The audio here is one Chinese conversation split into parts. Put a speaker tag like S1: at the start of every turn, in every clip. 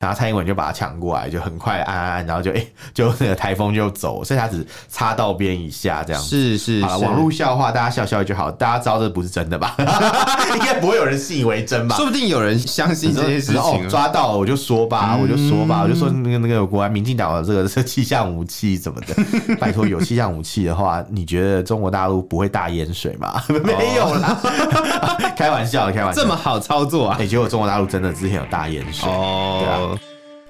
S1: 然后蔡英文就把他抢过来，就很快按按按，然后就哎、就那个台风就走，所以他只擦到边一下这样子。
S2: 是是，
S1: 好了，
S2: 是
S1: 网络笑话大家笑笑就好，大家知道这不是真的吧？ 应该不会有人信以为真吧？
S2: 说不定有人相信这些事
S1: 然后
S2: 情。
S1: 哦
S2: 啊
S1: 抓到了我就说吧，
S2: 嗯
S1: 我就说吧，我就说那个那个国安民进党的这个是气象武器怎么 的？拜托，有气象武器的话，你觉得中国大陆不会大淹水吗？
S2: 哦
S1: 没有 啦，开玩笑的，开玩笑。
S2: 哎这么好操作啊
S1: 哎、！结果中国大陆真的之前有大淹水。
S2: 哦，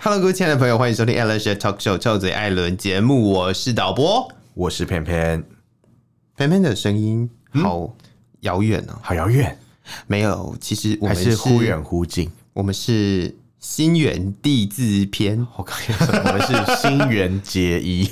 S2: Hello，各位亲爱的朋友，欢迎收听 Alan s h a Talk Show 臭嘴艾伦节目，我是导播。
S1: 我是偏偏，
S2: 偏偏的声音好遥远哦，
S1: 好遥远，
S2: 嗯没有，其实我
S1: 还
S2: 们
S1: 是忽远，忽近？
S2: 我们是心远地自偏，
S1: 我刚才 说我们是心猿结 衣，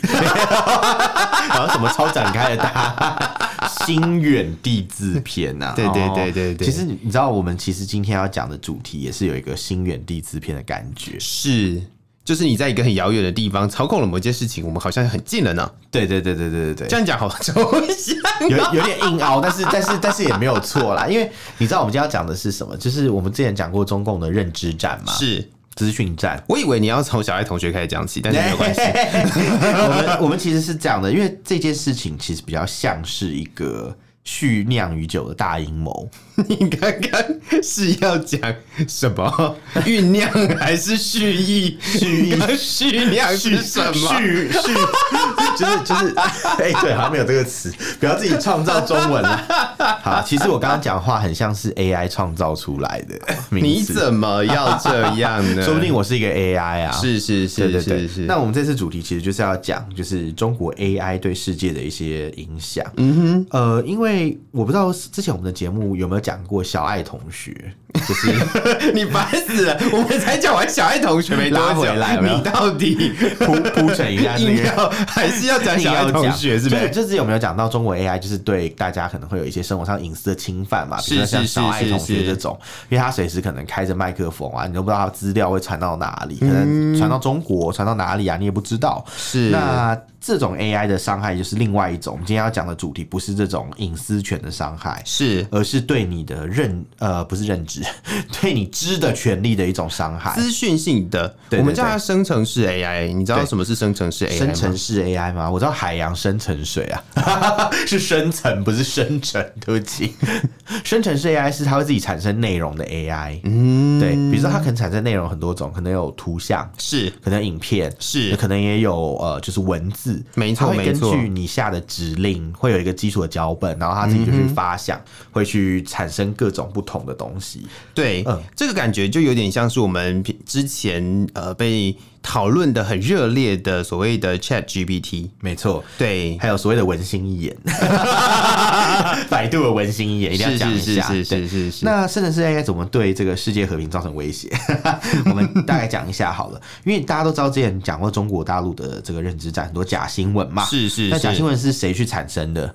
S1: 然后什么超展开的大心远地自偏呐、啊？
S2: 对对对
S1: 哦
S2: 对对
S1: 其实你你知道，我们其实今天要讲的主题也是有一个心远地自偏的感觉。
S2: 是就是你在一个很遥远的地方操控了某件事情，我们好像很近了呢。
S1: 对对对对对对
S2: 这
S1: 对。
S2: 样讲好抽象
S1: 有
S2: 啊，
S1: 有点硬凹，但是但 是但是也没有错啦，因为你知道我们今天要讲的是什么？就是我们之前讲过中共的认知战嘛，
S2: 是。
S1: 资讯战。
S2: 啊我以为你要从小爱同学开始讲起，但是没有关系。
S1: 我们我们其实是这样的，因为这件事情其实比较像是一个蓄酿已久的大阴谋。
S2: 你刚刚是要讲什 么？酝酿还是蓄意？
S1: 蓄意
S2: 刚刚蓄酿是什么？
S1: 蓄蓄， 就是就是，哎、对，好像没有这个词，不要自己创造中文了。好，其实我刚刚讲话很像是 AI 创造出来的名
S2: 你
S1: 词，
S2: 怎么要这样 呢？
S1: 说不定我是一个 AI 啊。
S2: 是是
S1: 对
S2: 是
S1: 对
S2: 是
S1: 对
S2: 是。
S1: 那我们这次主题其实就是要讲，就是中国 AI 对世界的一些影响。
S2: 嗯
S1: 呃，因为我不知道之前我们的节目有没有讲过小爱同学，就是
S2: 哼， 你烦死了！我们才讲完小爱同学没多久
S1: 拉回来有没有
S2: 你到底
S1: 铺铺陈一下这
S2: 硬
S1: 个。
S2: 要还是要讲小爱同学是不
S1: 对，
S2: 是？
S1: 就是有没有讲到中国 AI 就是对大家可能会有一些生活上隐私的侵犯嘛？比如说
S2: 是是
S1: 像
S2: 是
S1: 小爱
S2: 是
S1: 同
S2: 是
S1: 学这种，因为他随时可能开着麦克风啊，你都不知道他资料会传到哪里，可
S2: 嗯
S1: 能传到中国、传到哪里啊，你也不知道。
S2: 是
S1: 那这种 AI 的伤害就是另外一种。我们今天要讲的主题不是这种隐私权的伤害，
S2: 是
S1: 而是对你的认呃不是认知， 对你知的权利的一种伤害。
S2: 资讯性的，
S1: 对对
S2: 我们叫它生成式 AI。你知道
S1: 对
S2: 什么是生成式 AI 吗？
S1: 深层式 AI 吗？我知道海洋深层水啊， 是深层不是深层，对不起。 深层式 AI 是它会自己产生内容的 AI，
S2: 嗯，
S1: 对，比如说它可能产生内容很多种，可能有图像，
S2: 是
S1: 可能有影片，
S2: 是
S1: 可能也有呃，就是文字，
S2: 没
S1: 它
S2: 错
S1: 会
S2: 没
S1: 根
S2: 错
S1: 据你下的指令，会有一个基础的脚本，然后它自己就去发想，
S2: 嗯
S1: 会去产生各种不同的东西。
S2: 对，
S1: 嗯
S2: 这个感觉就有点像是我们平之前呃被讨论的很热烈的所谓的 Chat GPT。
S1: 没错，
S2: 对，
S1: 还有所谓的文心一 言，百度的文心一言一定要
S2: 是
S1: 讲一
S2: 是是
S1: 下，
S2: 是
S1: 对
S2: 是是是，
S1: 那甚至是 AI 怎么对这个世界和平造成威 胁？我们大概讲一下好了，因为大家都知道之前讲过中国大陆的这个认知战很多假新闻嘛，
S2: 是是
S1: 那假
S2: 是
S1: 新闻是谁去产生的？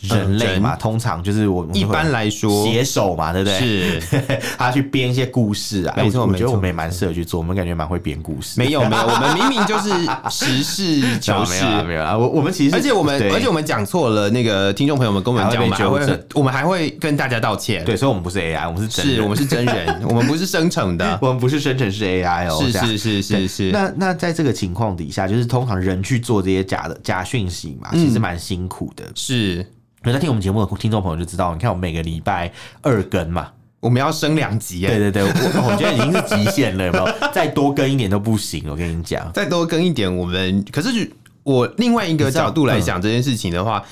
S1: 人类嘛，通常就是我们
S2: 一般来说
S1: 写手嘛，对不对？
S2: 是
S1: 他去编一些故事啊。哎
S2: 没错
S1: 我我觉
S2: 没
S1: 得
S2: 错
S1: 我们也蛮适合去做，我们感觉蛮会编故事。
S2: 没有没有，我们明明就是实事求
S1: 没
S2: 是
S1: 有。啊没有啊，我我们其实
S2: 而且我们，
S1: 对
S2: 而且我们讲错了，那个听众朋友们跟我们讲，我们
S1: 还
S2: 还
S1: 会被纠
S2: 会，我们还会跟大家道歉。，
S1: 对，所以我们不是 AI，我们是真
S2: 是
S1: 人
S2: 我们是真人，我们不是生成 的。
S1: 我们不是生成式 AI 哦，
S2: 是
S1: 这样
S2: 是是是是，
S1: 那那在这个情况底下，就是通常人去做这些假的假讯息嘛，
S2: 嗯
S1: 其实蛮辛苦的。
S2: 是
S1: 有、在听我们节目的听众朋友就知道，你看我每个礼拜二更嘛，
S2: 我们要升两级耶
S1: 对，对对，我我觉得已经是极限了，有没有？再多更一点都不行，我跟你讲。
S2: 再多更一点，我们可是我另外一个角度来讲这件事情的话，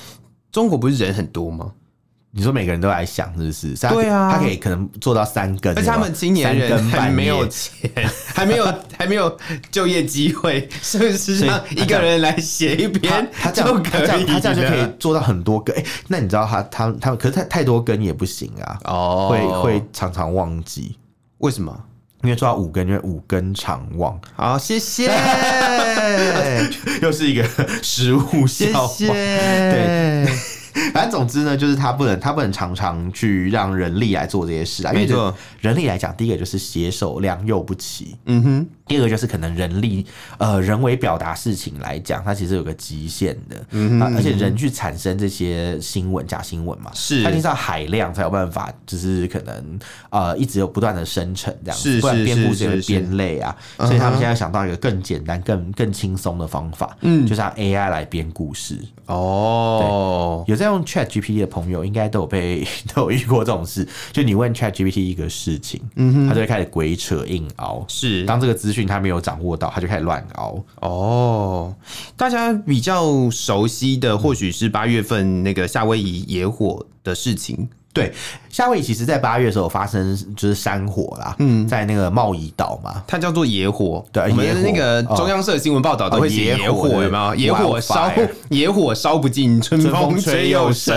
S2: 中国不是人很多吗？
S1: 你说每个人都来想，是不是？所以他
S2: 对啊
S1: 他可以可能做到三更，
S2: 而且他们青年
S1: 三
S2: 人
S1: 更半夜
S2: 还没有 钱，还没有还没有就业机会，是不是让一个人来写一
S1: 他
S2: 篇
S1: 他这
S2: 就
S1: 样，他
S2: 可
S1: 这
S2: 以
S1: 样，他这样就可以
S2: 了
S1: 做到很多更。哎、那你知道他他他们，可是太太多更也不行啊，
S2: 哦，
S1: 会会常常忘记。
S2: 为什么？
S1: 因为抓五根，因为五根长旺，
S2: 好，谢 谢，
S1: 又是一个食物
S2: 谢
S1: 笑话。
S2: 谢。
S1: 对反正总之呢，就是他不能，他不能常常去让人力来做这些事啊。因为
S2: 没错
S1: 人力来讲，第一个就是携手良莠不齐，
S2: 嗯哼，
S1: 第二个就是可能人力呃人为表达事情来讲，它其实有个极限的，嗯、而且人去产生这些新闻假新闻嘛，
S2: 是
S1: 它一定是要海量才有办法，就是可能呃一直有不断的生成这样子，
S2: 是
S1: 不然
S2: 是
S1: 编故事也会
S2: 是是嗯
S1: 编累啊，所以他们现在想到一个更简单、更更轻松的方法，嗯，就是让 AI 来编故事。
S2: 哦，
S1: 有在用 Chat GPT 的朋友，应该都有被 都有遇过这种事，就你问 Chat GPT 一个事情，嗯，它就会开始鬼扯硬熬，
S2: 是
S1: 当这个资讯他没有掌握到，他就开始乱熬。
S2: 哦，大家比较熟悉的或许是八月份那个夏威夷野火的事情，
S1: 对，夏威夷其实在八月的时候有发生就是山火啦，嗯，在那个贸易岛嘛。
S2: 它叫做野火。
S1: 对
S2: 我
S1: 野
S2: 们
S1: 火
S2: 那个中央社的新闻报道都会写
S1: 哦野
S2: 野
S1: 火
S2: 火，有没有？
S1: 对
S2: 野火
S1: wildfire
S2: 烧，野火烧不尽，春
S1: 春风
S2: 风
S1: 吹
S2: 吹
S1: 又
S2: 又生。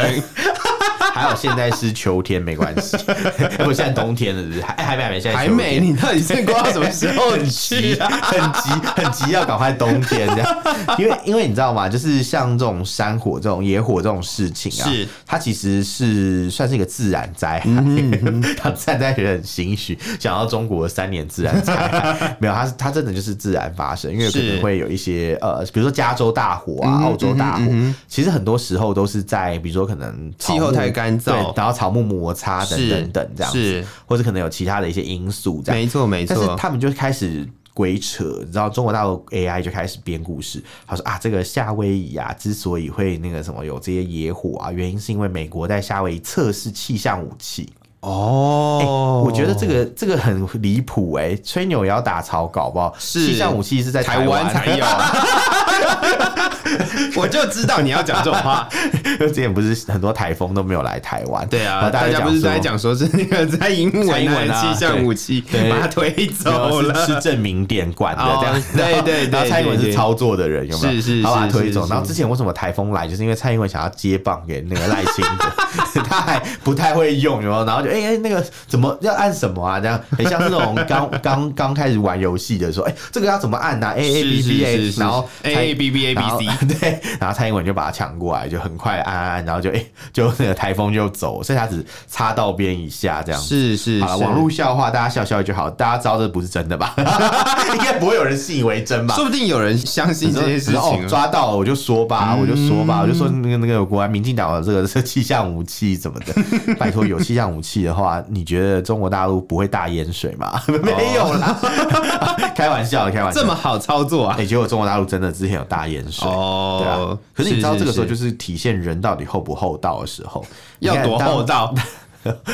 S1: 还好现在是秋天，没关系。 不，现在冬天了，是不是？还还没，还没，现在
S2: 还
S1: 秋
S2: 没，
S1: 天。
S2: 你到底是过到什么时候
S1: 很急，
S2: 去啊？
S1: 很急，很急，要赶快冬天这样， 因为因为你知道吗？就是像这种山火、这种野火这种事情啊，
S2: 是
S1: 它其实是算是一个自然灾害。
S2: 嗯
S1: 他自然灾害很心虚，想到中国的三年自然灾 害，没有，它是它真的就是自然发生，因为可
S2: 是嗯
S1: 能会有一些呃，比如说加州大火啊、澳洲大火，其实很多时候都是在比如说可能草
S2: 气候
S1: 木
S2: 太干燥
S1: 对然后草木摩擦等
S2: 是
S1: 等等这样子
S2: 是，
S1: 或者可能有其他的一些因素这样
S2: 没。错，没
S1: 但是
S2: 错。
S1: 他们就开始鬼扯，你知道中国大陆 AI 就开始编故事，他说啊，这个夏威夷啊，之所以会那个什么有这些野火啊，原因是因为美国在夏威夷测试气象武器。
S2: 哦
S1: 哎我觉得这个这个很离谱哎，吹牛也要打草稿，好不好？
S2: 是
S1: 气象武器是在
S2: 台湾
S1: 湾
S2: 才有。啊 我就知道你要讲这种话。
S1: 之前不是很多台风都没有来台湾，
S2: 对
S1: 然
S2: 啊，
S1: 后
S2: 大
S1: 家
S2: 家
S1: 就
S2: 不是
S1: 说
S2: 在。讲说是那 个蔡英文
S1: 蔡英文啊
S2: 的气象武器
S1: 对
S2: 把他推
S1: 没
S2: 走
S1: 有
S2: 了，
S1: 是是证明点管的
S2: 哦
S1: 这样，
S2: 对对 对
S1: 然后蔡英文
S2: 对
S1: 是
S2: 对
S1: 操作的人，有没有？
S2: 是是
S1: 然后把他
S2: 是
S1: 推
S2: 是
S1: 走。
S2: 是
S1: 然后之前为什么台风来，就是因为蔡英文想要接棒给那个赖清德，他还不太会用，有没有？然后就哎哎那个怎么要按什么啊？这样很像是那种刚 刚刚开始玩游戏的说，哎这个要怎么按啊？A A
S2: 是
S1: B
S2: 是
S1: B
S2: 是
S1: A，
S2: 是
S1: 然后蔡
S2: A A B B A B
S1: 然后
S2: C，
S1: 对，然后蔡英文就把他抢过来，就很快按按按，然后就哎、就那个台风就走，所以他只擦到边一下这样子。
S2: 是是
S1: 好了，网络笑话大家笑笑就好，大家知道这不是真的吧？ 应该不会有人信以为真吧？
S2: 说不定有人相信这件事
S1: 然后
S2: 情啊。
S1: 哦
S2: 嗯
S1: 抓到了我就说吧，我就说吧，我就说那个那个国安民进党的这个这气象武器怎么的， 拜托有气象武器的话，你觉得中国大陆不会大淹水吗？ 没有啦，开玩笑的，开玩笑
S2: 这。么好操作啊
S1: 哎、！结果中国大陆真的之前有大淹水，
S2: 哦
S1: 对啊。可是你
S2: 是
S1: 知道
S2: 是
S1: 这个时候
S2: 是
S1: 就是体现人到底厚不厚道的时候，你
S2: 要
S1: 看
S2: 多
S1: 当
S2: 厚道，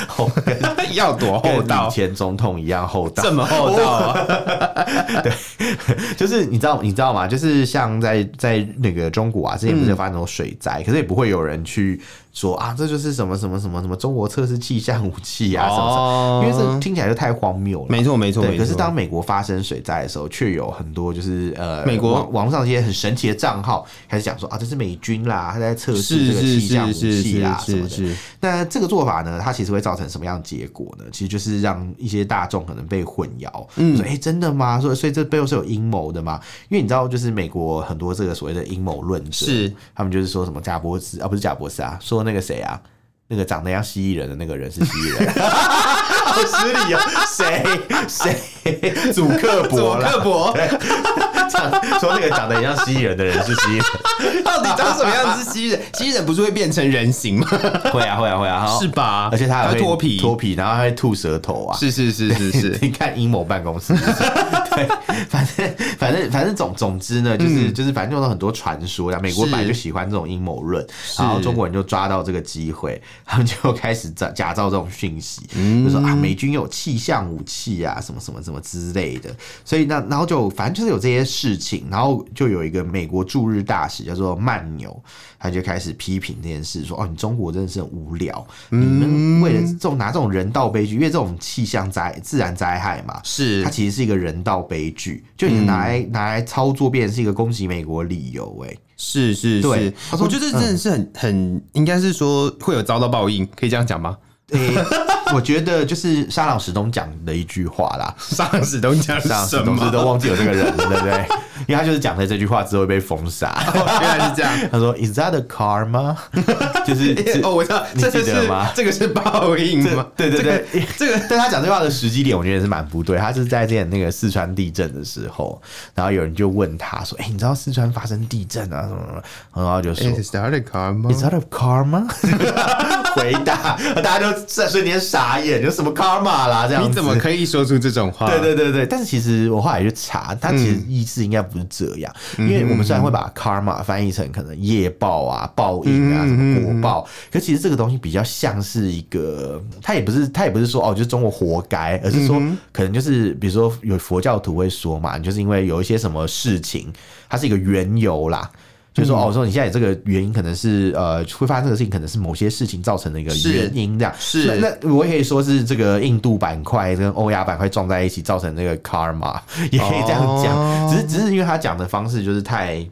S1: 厚跟
S2: 要多厚
S1: 跟以
S2: 道，啊
S1: 前总统一样厚道，
S2: 这么厚道 啊！
S1: 就是你知道你知道吗？就是像在在那个中国啊，之前
S2: 嗯
S1: 不是有发生那种水灾，可是也不会有人去说啊，这就是什么什么什么什么中国测试气象武器啊，什么什么，
S2: 哦
S1: 因为这听起来就太荒谬了。
S2: 没错没错
S1: 对，
S2: 没错。
S1: 可是当美国发生水灾的时候，却有很多就是呃，
S2: 美国
S1: 网网络上一些很神奇的账号开始讲说啊，这是美军啦，他在测试
S2: 是
S1: 这个气
S2: 是
S1: 象武
S2: 是是
S1: 器
S2: 是
S1: 啊什么
S2: 是
S1: 的。
S2: 是，
S1: 那这个做法呢，它其实会造成什么样的结果呢？其实就是让一些大众可能被混淆，嗯，说哎、诶真的吗？所以所以这背后是有阴谋的吗？因为你知道，就是美国很多这个所谓的阴谋论者，
S2: 是
S1: 他们就是说什么贾博士啊，不是贾博士啊，说那个谁啊，那个长得像蜥蜴人的那个人是蜥蜴人。好 失礼哦，谁谁祖克伯
S2: 佐
S1: 啦
S2: 克，伯
S1: 长说那个长得很像蜥蜴人的人是蜥蜴人，
S2: 到底长什么样子？ 蜥蜴人，蜥蜴人不是会变成人形吗？
S1: 会啊会啊会啊，
S2: 是吧？
S1: 而且他还
S2: 它
S1: 会
S2: 会脱皮，
S1: 脱皮，然后还会吐舌头啊，。
S2: 是是是是是
S1: 你看阴谋办公室， 对，反正反正反正总总之呢，就是、就是反正有很多传说呀。美国
S2: 嗯是
S1: 本来就喜欢这种阴谋论，然后中国人就抓到这个机会， 他们就开始假假造这种讯息，就说啊美军有气象武器啊，什么什么什么之类的。所以那然后就反正就是有这些事情，然后就有一个美国驻日大使叫做曼纽，他就开始批评这件事，说哦，你中国真的是很无聊，你们为了这种拿这种人道悲剧，因为这种气象灾自然灾害嘛，
S2: 是
S1: 它，其实是一个人道悲剧，就你拿来、拿来操作，变成是一个攻击美国的理由、欸，
S2: 是是
S1: 对
S2: 是，
S1: 他说
S2: 我觉得这真的是很很，应该是说会有遭到报应，可以这样讲吗？
S1: 哎、 我觉得就是沙朗史东讲的一句话啦，
S2: 上史东讲
S1: 沙朗史
S2: 什
S1: 东
S2: 么
S1: 是？都忘记有这个人了，对不对？ 因为他就是讲了这句话之后被封 杀。
S2: 原来是这 样。
S1: 他说：“Is that a karma？” 就是 是
S2: 哦，我知道，
S1: 你
S2: 这个
S1: 记得
S2: 是
S1: 吗
S2: 这个是报应吗？
S1: 对对对
S2: 这个这个
S1: 但他讲这话的时机点，我觉得也是蛮不对。他是在之前那个四川地震的时候，然后有人就问他说：“哎、你知道四川发生地震啊什么什么？”然后他就 说
S2: It started karma
S1: ：“Is that a karma？” 回答，大家都在瞬间傻眼，就什么 karma 啦这样子。
S2: 你怎么可以说出这种话？
S1: 对对对对，但是其实我后来去查，它其实意思应该不是这样，
S2: 嗯
S1: 因为我们虽然会把 karma 翻译成可能业报啊、报应啊、什
S2: 嗯
S1: 么果报，可其实这个东西比较像是一个，它也不是，它也不是说哦，就是中国活该，而是说
S2: 嗯
S1: 可能就是比如说有佛教徒会说嘛，你就是因为有一些什么事情，它是一个缘由啦。就是
S2: 嗯
S1: 说，哦，说你现在有这个原因可能是呃，会发生这个事情，可能是某些事情造成的一个
S2: 是
S1: 原因这样。
S2: 是
S1: 那那我也可以说是这个印度板块跟欧亚板块撞在一起造成那个 karma，也 可以这样讲。
S2: 哦
S1: 只是只是因为他讲的方式就是太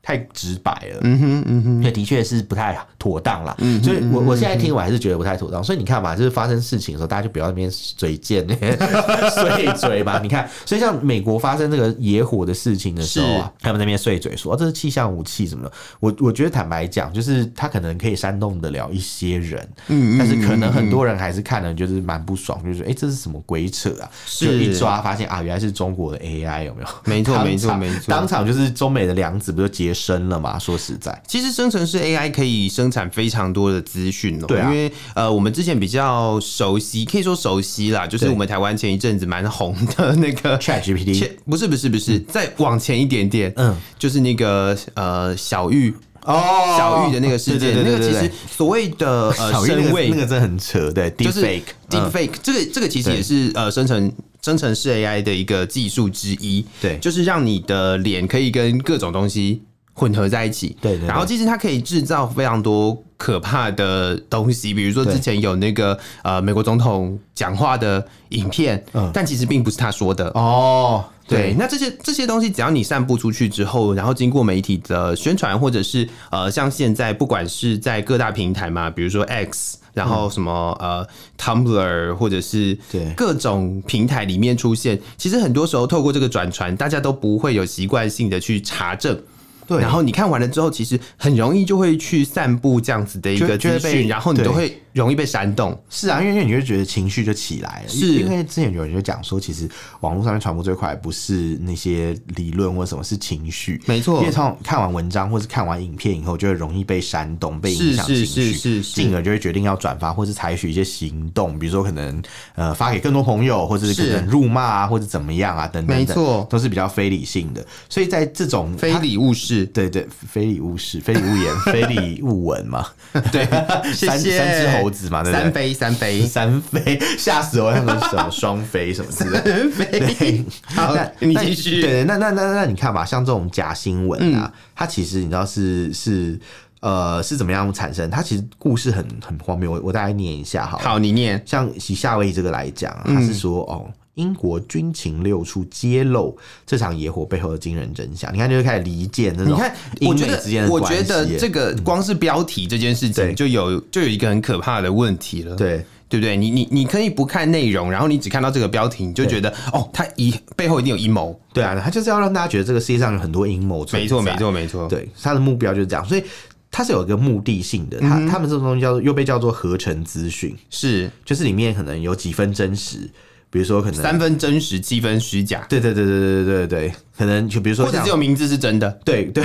S1: 太直白了，
S2: 嗯哼嗯哼，嗯
S1: 也的确是不太妥当啦。所以我我现在听我还是觉得不太妥当。所以你看嘛，就是发生事情的时候，大家就不要在那边嘴贱、 碎嘴吧。你看，所以像美国发生这个野火的事情的时候啊，他们那边碎嘴说、哦、这是气象武器什么的。我我觉得坦白讲，就是他可能可以煽动得了一些人，
S2: 嗯
S1: 但是可能很多人还是看了就是蛮不爽，就是哎、诶这是什么鬼扯啊？
S2: 是
S1: 就一抓发现啊，原来是中国的 AI 有没有？
S2: 没错
S1: 当
S2: 没错
S1: 场
S2: 没错
S1: 当场就是中美的梁子不就结生了嘛？说实在。
S2: 其实生成式 AI 可以生产非常多的资讯哦，
S1: 对啊
S2: 因为呃，我们之前比较熟悉，可以说熟悉啦，就是
S1: 对
S2: 我们台湾前一阵子蛮红的 那个
S1: Chat GPT
S2: 前不是不是不
S1: 嗯
S2: 是，再往前一点点，嗯，就是那个呃小玉。
S1: 哦
S2: 小玉的那个事件，
S1: 对
S2: 那
S1: 对对
S2: 个其
S1: 对
S2: 实所谓的呃
S1: 小玉那
S2: 身
S1: 个
S2: 位
S1: 那个真的很扯，对
S2: 就是
S1: deepfake，
S2: deep
S1: 嗯
S2: fake，、这个这个其实
S1: 对
S2: 也是呃生成生成式 AI 的一个技术之一，
S1: 对
S2: 就是让你的脸可以跟各种东西混合在一起，
S1: 对对对
S2: 然后其实它可以制造非常多可怕的东西，比如说
S1: 对
S2: 之前有那个呃美国总统讲话的影片，
S1: 嗯
S2: 但其实并不是他说的。
S1: 哦，对，
S2: 对，那这些这些东西，只要你散布出去之后，然后经过媒体的宣传，或者是呃，像现在不管是在各大平台嘛，比如说 X，然后什么、呃 Tumblr，或者是
S1: 嗯对
S2: 各种平台里面出现，其实很多时候透过这个转传，大家都不会有习惯性的去查证。
S1: 对
S2: 然后你看完了之后，其实很容易就会去散布这样子的一个
S1: 就
S2: 资
S1: 就会被
S2: 讯，然后你都
S1: 对
S2: 会容易被煽动。
S1: 是啊，因为因为你会觉得情绪就起来了，
S2: 是
S1: 因为之前有人就讲说，其实网络上面传播最快不是那些理论或什么，是情绪，
S2: 没错
S1: 因为看看完文章或是看完影片以后，就会容易被煽动，被
S2: 是
S1: 影响情
S2: 是
S1: 绪，
S2: 是是是
S1: 进而就会决定要转发或是采取一些行动，比如说可能呃发给更多朋友，或者是可
S2: 是
S1: 能辱骂啊，或者怎么样啊，等等等，
S2: 没错
S1: 都是比较非理性的，所以在这种
S2: 非
S1: 它
S2: 礼勿视，
S1: 对对，非礼勿视，非礼勿言，非礼勿闻嘛。
S2: 对， 谢
S1: 三
S2: 谢
S1: 三只猴子嘛对不对
S2: 三飞三飞，
S1: 三飞，吓死我！他们什么双飞什么之 类的。
S2: 飞。好
S1: 那，
S2: 你
S1: 那
S2: 继续。嗯
S1: 对，那那那那你看吧，像这种假新闻啊，它其实你知道是是呃是怎么样产生？它其实故事很很荒谬，我我大概念一下好了。
S2: 好，嗯你念。
S1: 像以夏威夷这个来讲啊，他是说、哦，英国军情六处揭露这场野火背后的惊人真相。你看，就会开始离间这种
S2: 你看，我
S1: 英
S2: 觉
S1: 美之间
S2: 得，
S1: 的
S2: 我
S1: 关系
S2: 觉
S1: 耶。
S2: 得这个光是标题这件事情
S1: 对
S2: 就有就有一个很可怕的问题了，
S1: 对
S2: 对不对？你你你可以不看内容，然后你只看到这个标题，你就觉得哦，它一背后一定有阴谋。
S1: 对啊，他就是要让大家觉得这个世界上有很多阴谋存在。
S2: 没错，没错，没错。
S1: 对，他的目标就是这样，所以它是有一个目的性的。他他们这种东西叫做又被叫做合成资讯，
S2: 是
S1: 就是里面可能有几分真实，比如说可能
S2: 三分真实，七分虚假，
S1: 对对对对对对对对，可能就比如说
S2: 或者
S1: 像
S2: 只有名字是真的。
S1: 对对，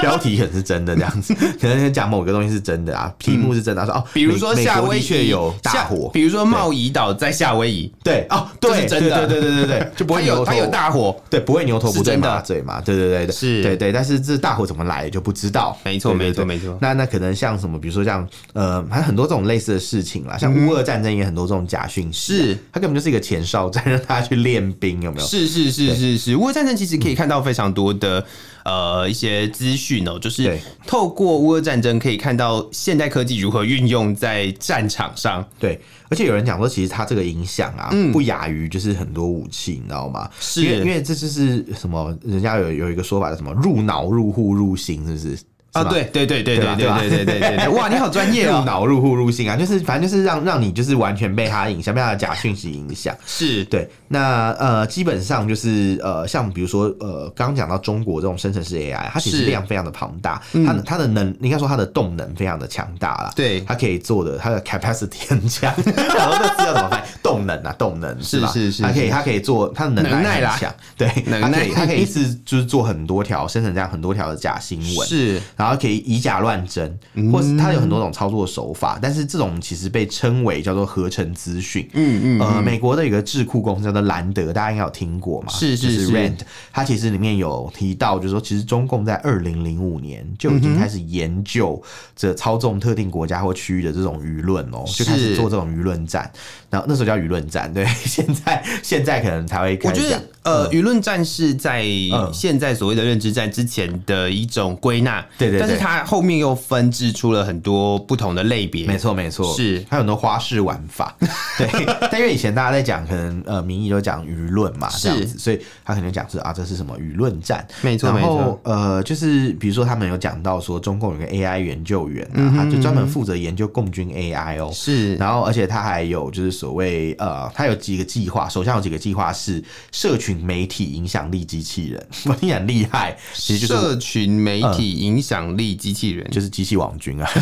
S1: 标题可能是真的这样子，可能讲某个东西是真的啊，题目是真的啊，说哦，
S2: 比如说
S1: 美美国
S2: 夏威夷
S1: 的确有大
S2: 夏
S1: 火，
S2: 比如说贸易岛在夏威夷，
S1: 对哦，
S2: 这
S1: 对
S2: 是真的
S1: 对对对对 对，就不
S2: 它
S1: 会
S2: 有
S1: 牛头
S2: 它有大火，
S1: 对，不会牛头不
S2: 是
S1: 对
S2: 真的
S1: 马嘴嘛，对对对对，
S2: 是
S1: 对对，但是这大火怎么来就不知道，
S2: 没错
S1: 对
S2: 没
S1: 对
S2: 错
S1: 对
S2: 没错
S1: 那那可能像什么，比如说像呃，还有很多这种类似的事情啦，像乌俄战争也很多这种假讯息啊，
S2: 是
S1: 它根本就是一个前哨战，让大家去练兵，有没有？
S2: 是是是是是，乌俄战争其实可以看到非常多的、呃一些资讯哦，就是
S1: 嗯对
S2: 透过乌俄战争可以看到现代科技如何运用在战场上。
S1: 对，而且有人讲说，其实它这个影响啊，不亚于就是很多武器，你知道吗？
S2: 嗯是
S1: 因为因为这就是什么，人家有有一个说法，什么入脑、入户、入心，是不是？是
S2: 啊，
S1: 吧
S2: 对对对对
S1: 对啊
S2: 对
S1: 吧
S2: 对对对对对 对， 哇，你好专业
S1: 入
S2: 哦！
S1: 脑入户入性啊，就是反正就是让让你就是完全被他影响，被他的假讯息影响。
S2: 是，
S1: 对，那呃，基本上就是呃，像比如说呃，刚刚讲到中国这种生成式 AI，它其
S2: 是嗯
S1: 实量非常的庞大，它的它的能应该说它的动能非常的强大啦。
S2: 对
S1: 它可以做的它的 capacity 很强，然后这字要怎么翻译？动能啊，动能
S2: 是
S1: 吧？
S2: 是是
S1: 它可
S2: 是
S1: 以它可以做它的
S2: 能
S1: 能
S2: 耐
S1: 耐
S2: 啦
S1: 很强，对，
S2: 能
S1: 它可
S2: 耐
S1: 以它可以一次就是做很多条生成这样很多条的假新闻，
S2: 是
S1: 然后可以以假乱真，或是它有很多种操作手法，但是这种其实被称为叫做合成资讯。嗯嗯，呃，美国的有一个智库公司叫做兰德，大家应该有听过嘛？
S2: 是
S1: 就是
S2: 是
S1: Rand，它其实里面有提到，就是说其实中共在二零零五年就已经开始研究这操纵特定国家或区域的这种舆论哦，
S2: 是
S1: 就开始做这种舆论战。然后那时候叫舆论战，对， 现在现在可能才会
S2: 我
S1: 开
S2: 觉
S1: 始讲
S2: 得。呃，舆论战是在
S1: 嗯
S2: 现在所谓的认知战之前的一种归纳，
S1: 对对对
S2: 但是它后面又分支出了很多不同的类别，
S1: 没，错，没错，
S2: 是
S1: 还有很多花式玩 法。对，但因为以前大家在讲，可能呃，民意都讲舆论嘛，这样
S2: 是
S1: 子，所以他可能讲是啊，这是什么舆论战？
S2: 没错
S1: 然
S2: 没错
S1: 后呃，就是比如说他们有讲到说，中共有个 AI 研究员
S2: 嗯
S1: 啊，他就专门负责研究共军 AI 哦。
S2: 是
S1: 然后，而且他还有就是所谓呃，他有几个计划，首相有几个计划是社群媒体影响力机器人， 我听起来很厉害，其实就是嗯
S2: 社群媒体影响力机器人，
S1: 就是机器网军啊，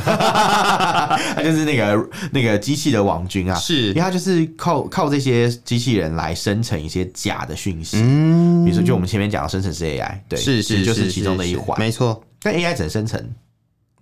S1: 他就是那个那个机器的网军啊，
S2: 是
S1: 因为他就是靠靠这些机器人来生成一些假的讯息，
S2: 嗯
S1: 比如说就我们前面讲的生成式 AI，对，
S2: 是
S1: 其
S2: 是
S1: 实就是其中的一环。
S2: 没错，
S1: 但 AI 整生成，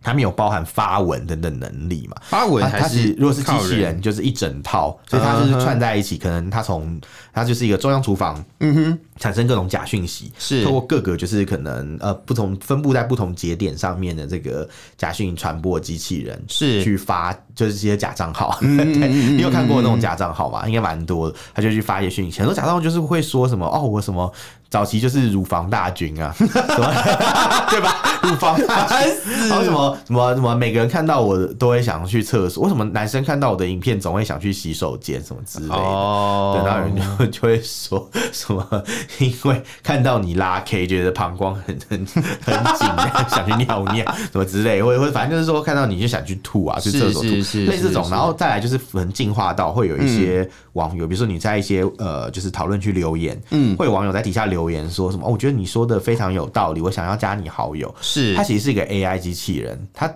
S1: 它没有包含发文等等能力嘛？
S2: 发文
S1: 它
S2: 还
S1: 它是如果是机
S2: 靠
S1: 器人，就是一整套，所以它就是串在一起。可能它从它就是一个中央厨房，嗯哼，产生各种假讯息，
S2: 是
S1: 透过各个就是可能呃不同分布在不同节点上面的这个假讯传播机器人，
S2: 是
S1: 去发就是这些假账号。 对，你有看过那种假账号吗？应该蛮多的，他就去发一些讯息。很多假账号就是会说什么哦，我什么早期就是乳房大军啊，什么对吧？乳房大军。然后什么什么什么，每个人看到我都会想去厕所，为什么男生看到我的影片总会想去洗手间什么之类的？
S2: 哦
S1: 对，然后人 就就会说什么，因为看到你拉 K，觉得膀胱很很很紧，想去尿尿什么之类，或者或者反正就是说看到你就想去吐啊，去
S2: 是
S1: 厕所吐，
S2: 是是
S1: 类似这
S2: 是
S1: 种。
S2: 是嗯
S1: 然后再来就是可能进化到会有一些网友，比如说你在一些呃就是讨论区留言，嗯，会有网友在底下留言说什么，哦，我觉得你说的非常有道理，我想要加你好友，
S2: 是嗯
S1: 它其实是一个 AI 机器人，它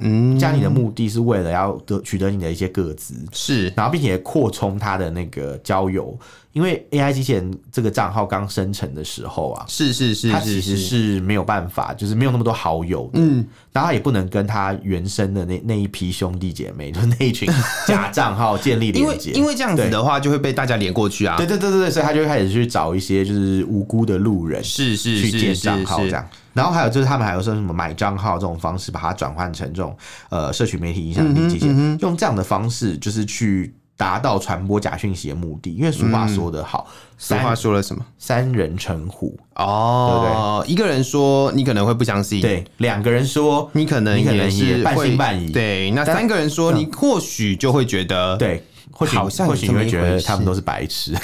S1: 加你的目的是为了要得取得你的一些个资，
S2: 是
S1: 然后并且扩充它的那个交友，因为 AI 机器人这个账号刚生成的时候啊。
S2: 是是是
S1: 它其
S2: 是
S1: 实
S2: 是
S1: 是没有办法，就是没有那么多好友的，嗯，然后它也不能跟它原生的那那一批兄弟姐妹，就是那一群假账号建立
S2: 因为
S1: 连接，
S2: 因为这样子
S1: 对
S2: 的话，就会被大家连过去啊。
S1: 对对对对对，所以他就会开始去找一些就是无辜的路人，
S2: 是是
S1: 去
S2: 是
S1: 建
S2: 是
S1: 账号这
S2: 是，
S1: 样。然后还有就是他们还有说什么买账号这种方式，把它转换成这种呃社群媒体影响力机器人，用这样的方式就是去达到传播假讯息的目的。因为俗话说得好，
S2: 俗话
S1: 三
S2: 说了什么？
S1: 三人成虎，
S2: 哦，一个人说你可能会不相信，，
S1: 对，两个人说
S2: 你可能
S1: 你可能
S2: 是
S1: 也半
S2: 会
S1: 信半疑，
S2: 对，那
S1: 但嗯
S2: 三个人说你或许就会觉得，，
S1: 对，或许
S2: 好像有
S1: 或许
S2: 这
S1: 你
S2: 么
S1: 会
S2: 一
S1: 觉
S2: 回
S1: 得
S2: 事
S1: 他们都是白痴。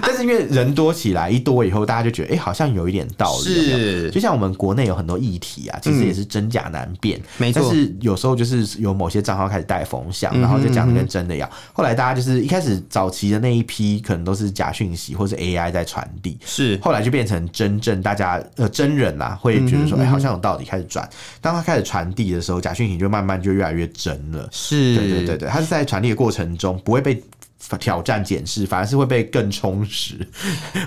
S1: 但是因为人多起来一多以后，大家就觉得哎、诶好像有一点道理。有没有
S2: 是
S1: 就像我们国内有很多议题啊，其实也是真假难辨。
S2: 没错
S1: 但是有时候就是有某些账号开始带风向，然后就讲的跟真的一样。后来大家就是一开始早期的那一批，可能都是假讯息或是 AI 在传递。
S2: 是
S1: 后来就变成真正大家呃真人啦、会觉得说，哎、好像有道理，开始转。当他开始传递的时候，假讯息就慢慢就越来越真了。
S2: 是，
S1: 对对对对，它是在传递的过程中不会被挑战检视，反而是会被更充实，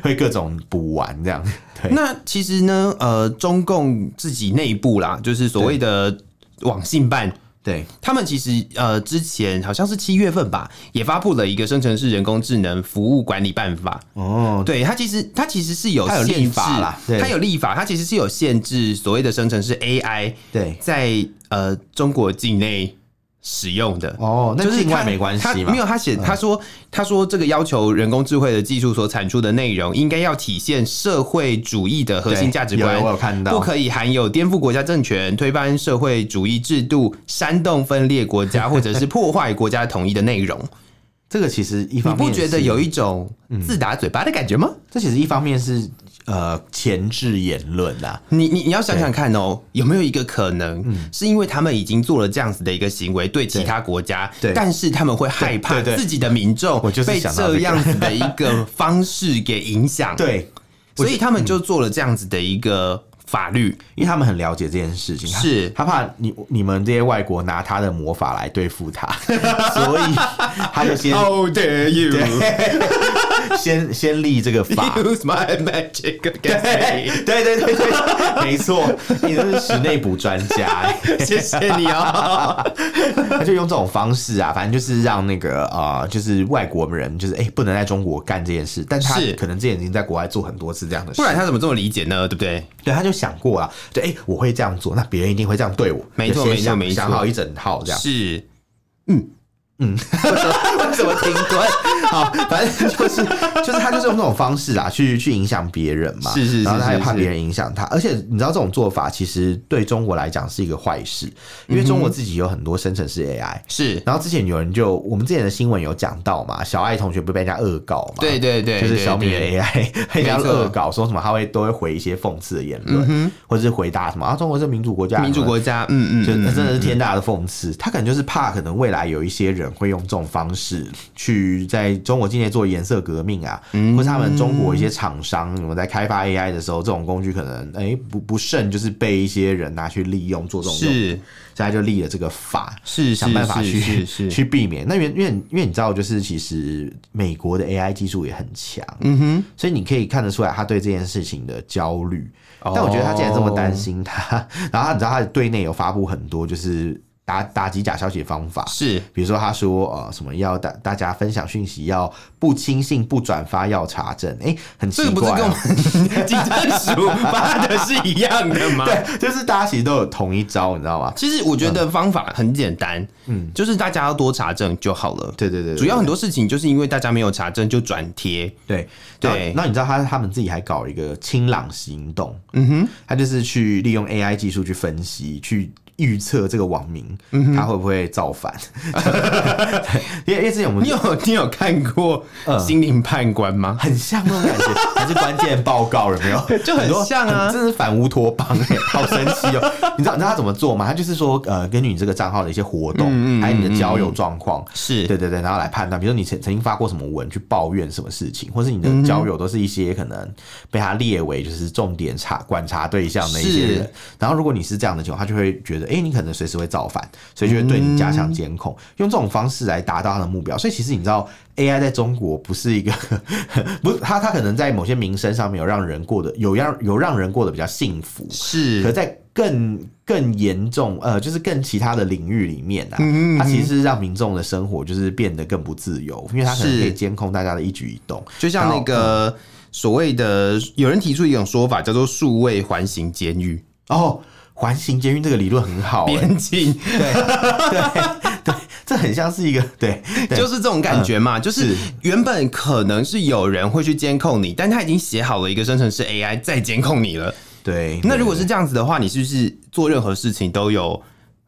S1: 会各种补完这样。对，
S2: 那其实呢，呃，中共自己内部啦，就是所谓的网信办。
S1: 对，
S2: 他们其实呃，之前好像是七月份吧，也发布了一个生成式人工智能服务管理办法。
S1: 哦，
S2: 对它其实它其实是有
S1: 它有
S2: 限
S1: 立
S2: 制
S1: 法啦对
S2: 它有立法，它其实是有限制所谓的生成式 AI
S1: 对，
S2: 在呃中国境内使用的。
S1: 哦，那
S2: 就是
S1: 境外
S2: 它
S1: 没关
S2: 它
S1: 系嘛嗯
S2: 没？有，他写他说他说这个要求人工智慧的技术所产出的内容，应该要体现社会主义的核心
S1: 对
S2: 价值
S1: 有
S2: 观，
S1: 我有看到
S2: 不可以含有颠覆国家政权、推翻社会主义制度、煽动分裂国家或者是破坏国家统一的内 容。
S1: 这个其实一
S2: 你
S1: 方面
S2: 不觉得
S1: 是嗯
S2: 有一种自打嘴巴的感觉吗？
S1: 这其实一方面是呃前置言论啊。
S2: 你你你要想想看哦，有没有一个可能，是因为他们已经做了这样子的一个行为，对其他国家，
S1: 嗯对
S2: 但是他们会害怕
S1: 对对对
S2: 自己的民众
S1: 我就是
S2: 被
S1: 想到这
S2: 这
S1: 个
S2: 样子的一个方式给影 响，，
S1: 对，
S2: 所以他们就做了这样子的一个法律，
S1: 因为他们很了解这件事情，
S2: 是
S1: 他怕你你们这些外国拿他的魔法来对付 他，所以他就先
S2: How dare you
S1: 先先立这个 法。
S2: use my magic against
S1: 对对对对，没错，你都是室内补专家、 欸
S2: me？谢谢你 哦。
S1: 他就用这种方式啊，反正就是让那个呃，就是外国人就是哎、欸不能在中国干这件事，但他
S2: 是
S1: 可能之前已经在国外做很多次这样的事，
S2: 不然他怎么这么理解呢？对不对？
S1: 对，他就想过了，对，哎、我会这样做，那别人一定会这样对我，
S2: 没错
S1: 就先
S2: 没错
S1: 想
S2: 没错
S1: 想好一整套这样，
S2: 是，嗯
S1: 为什么停顿？ 好，反正就是就是他就是用这种方式啊，去去影响别人嘛，
S2: 是是是
S1: 然后他也怕
S2: 是是
S1: 别人影响他，而且你知道这种做法其实对中国来讲是一个坏事，因
S2: 嗯
S1: 为中国自己有很多生成式 AI，、
S2: 是，
S1: 然后之前有人就我们之前的新闻有讲到嘛，小爱同学不是被人家恶搞嘛？
S2: 对对对，
S1: 就是
S2: 对
S1: 小米的
S2: 对
S1: AI 被人家
S2: 没错嗯
S1: 恶搞，说什么他会都会回一些讽刺的言论，或者是回答什么啊，中国是民主国家，
S2: 民主国家，嗯嗯
S1: 就那
S2: 嗯，
S1: 真的是天大的讽刺。他可能就是怕，可能未来有一些人会用这种方式去在中国境内做颜色革命啊，
S2: 嗯
S1: 或是他们中国一些厂商，我们在开发 AI 的时候，这种工具可能哎、不不慎就是被一些人拿去利用做这种用途，
S2: 是
S1: 所以他就立了这个法，
S2: 是
S1: 想办法去
S2: 是 是 是
S1: 去避免。那因为因为因为你知道，就是其实美国的 AI 技术也很强，
S2: 嗯哼，
S1: 所以你可以看得出来他对这件事情的焦虑。
S2: 哦
S1: 但我觉得他既然这么担心他， 然后他你知道他对内有发布很多就是打打击假消息的方法。
S2: 是
S1: 比如说，他说呃什么要大大家分享讯息要不轻信不转发要查证，哎、很奇
S2: 这个不是
S1: 怪、
S2: 跟我
S1: 啊，
S2: 们警政署发的是一样的 吗？
S1: 对，就是大家其实都有同一招，你知道吗？
S2: 其实我觉得方法很简单，嗯，就是大家要多查证就好了。
S1: 对对对对
S2: 主要很多事情就是因为大家没有查证就转贴，
S1: 对
S2: 对
S1: 那你知道他他们自己还搞一个清朗行动，
S2: 嗯哼，
S1: 他就是去利用 AI 技术去分析，去预测这个网民、
S2: 嗯
S1: 他会不会造反。 因为因为之前我们
S2: 你有你有看过《心灵判官》吗？
S1: 很像那种感觉，还是关键报告有没有？
S2: 就很像啊
S1: 真是反乌托邦哎、好神奇 哦、你知道你知道他怎么做吗？他就是说，呃，根据你这个账号的一些活
S2: 嗯
S1: 动，还有你的交友状况。
S2: 是，
S1: 对对对，然后来判断，比如说你曾曾经发过什么文去抱怨什么事情，或是你
S2: 嗯
S1: 的交友都是一些可能被他列为就是重点查观察对象的一些人
S2: 是，
S1: 然后如果你是这样的情况，他就会觉得，哎、你可能随时会造反，所以
S2: 嗯
S1: 就会对你加强监控，用这种方式来达到他的目标。所以其实你知道，AI 在中国不是一个， 不是他他可能在某些民生上面有让人过得有让有让人过得比较幸福，可
S2: 是，
S1: 在更更严重，呃，就是更其他的领域里面
S2: 嗯
S1: 啊，它其实是让民众的生活就是变得更不自由，因为它可能
S2: 是
S1: 可以监控大家的一举一动。
S2: 就像那个所谓的，有人提出一种说法叫做“数位环形监狱
S1: 哦，环形监狱这个理论很”，好、欸，
S2: 边境
S1: 这很像是一个对对
S2: 就是这种感觉嘛，就是原本可能是有人会去监控你，但他已经写好了一个生成式 AI 在监控你了。
S1: 对。
S2: 那如果是这样子的话，你是不是做任何事情都有，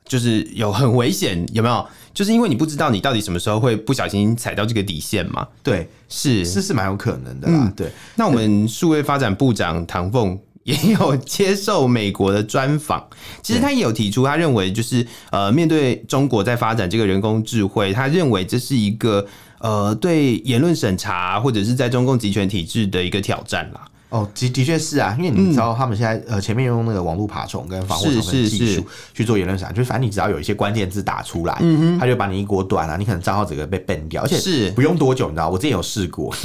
S2: 就是有很危险，有没有？就是因为你不知道你到底什么时候会不小心踩到这个底线嘛。
S1: 对
S2: 是，
S1: 是是蛮有可能的啦，
S2: 嗯
S1: 对
S2: 那我们数位发展部长唐凤也有接受美国的专访，其实他也有提出，他认为就是呃，面对中国在发展这个人工智慧，他认为这是一个呃对言论审查或者是在中共集权体制的一个挑战啦。
S1: 哦，的的确是啊，因为你知道他们现在、呃前面用那个网络爬虫跟防火
S2: 嗯是
S1: 虫的
S2: 是
S1: 技
S2: 是
S1: 术去做言论审查，就是反正你只要有一些关键字打出来，嗯、他就把你一锅端啊，你可能账号整个被 ban 掉，而且
S2: 是
S1: 不用多久，你知道，我之前有试过，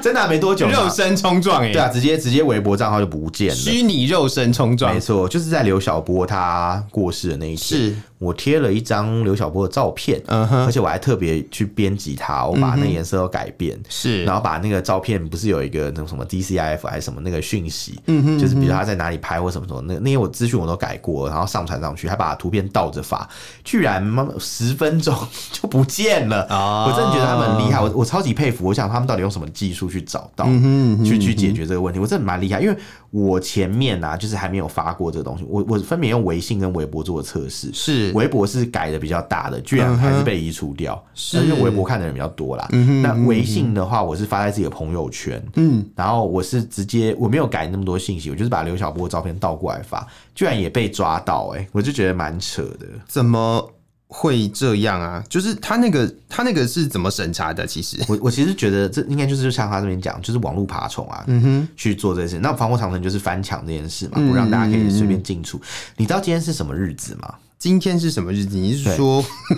S1: 真的啊、没多久嘛，
S2: 肉身冲撞哎、
S1: 对啊，直接直接微博账号就不见了。
S2: 虚拟肉身冲撞
S1: 没错，就是在刘晓波他过世的那一天，
S2: 啊是
S1: 我贴了一张刘晓波的照片，
S2: 嗯哼嗯
S1: 而且我还特别去编辑它，我把那颜色都改变，
S2: 是
S1: 然后把那个照片不是有一个那种什么 DCIF 还是什么那个讯息，
S2: 嗯
S1: 就是比如他在哪里拍或什么什么，那那些我资讯我都改过，然后上传上去，还把图片倒着发，居然妈十分钟 就不见了，
S2: 啊
S1: 我真的觉得他们很厉害，我我超级佩服，我想他们到底用什么技术去找到，
S2: 嗯
S1: 去去解决这个问题，我真的蛮厉害，因为我前面啊就是还没有发过这个东西，我我分别用微信跟微博做测试，
S2: 是
S1: 微博是改的比较大的，居然还是被移除掉，
S2: 是
S1: 嗯因为微博看的人比较多啦。那微信的话，我是发在自己的朋友圈，嗯，然后我是直接我没有改那么多信息，我就是把刘晓波的照片倒过来发，居然也被抓到、欸，哎，我就觉得蛮扯的。
S2: 怎么会这样啊？就是他那个他那个是怎么审查的？其实
S1: 我我其实觉得这应该就是像他这边讲，就是网络爬虫啊，嗯哼，去做这件事。那防火长城就是翻墙这件事嘛，不让大家可以随便进出。你知道今天是什么日子吗？
S2: 今天是什么日子？你是说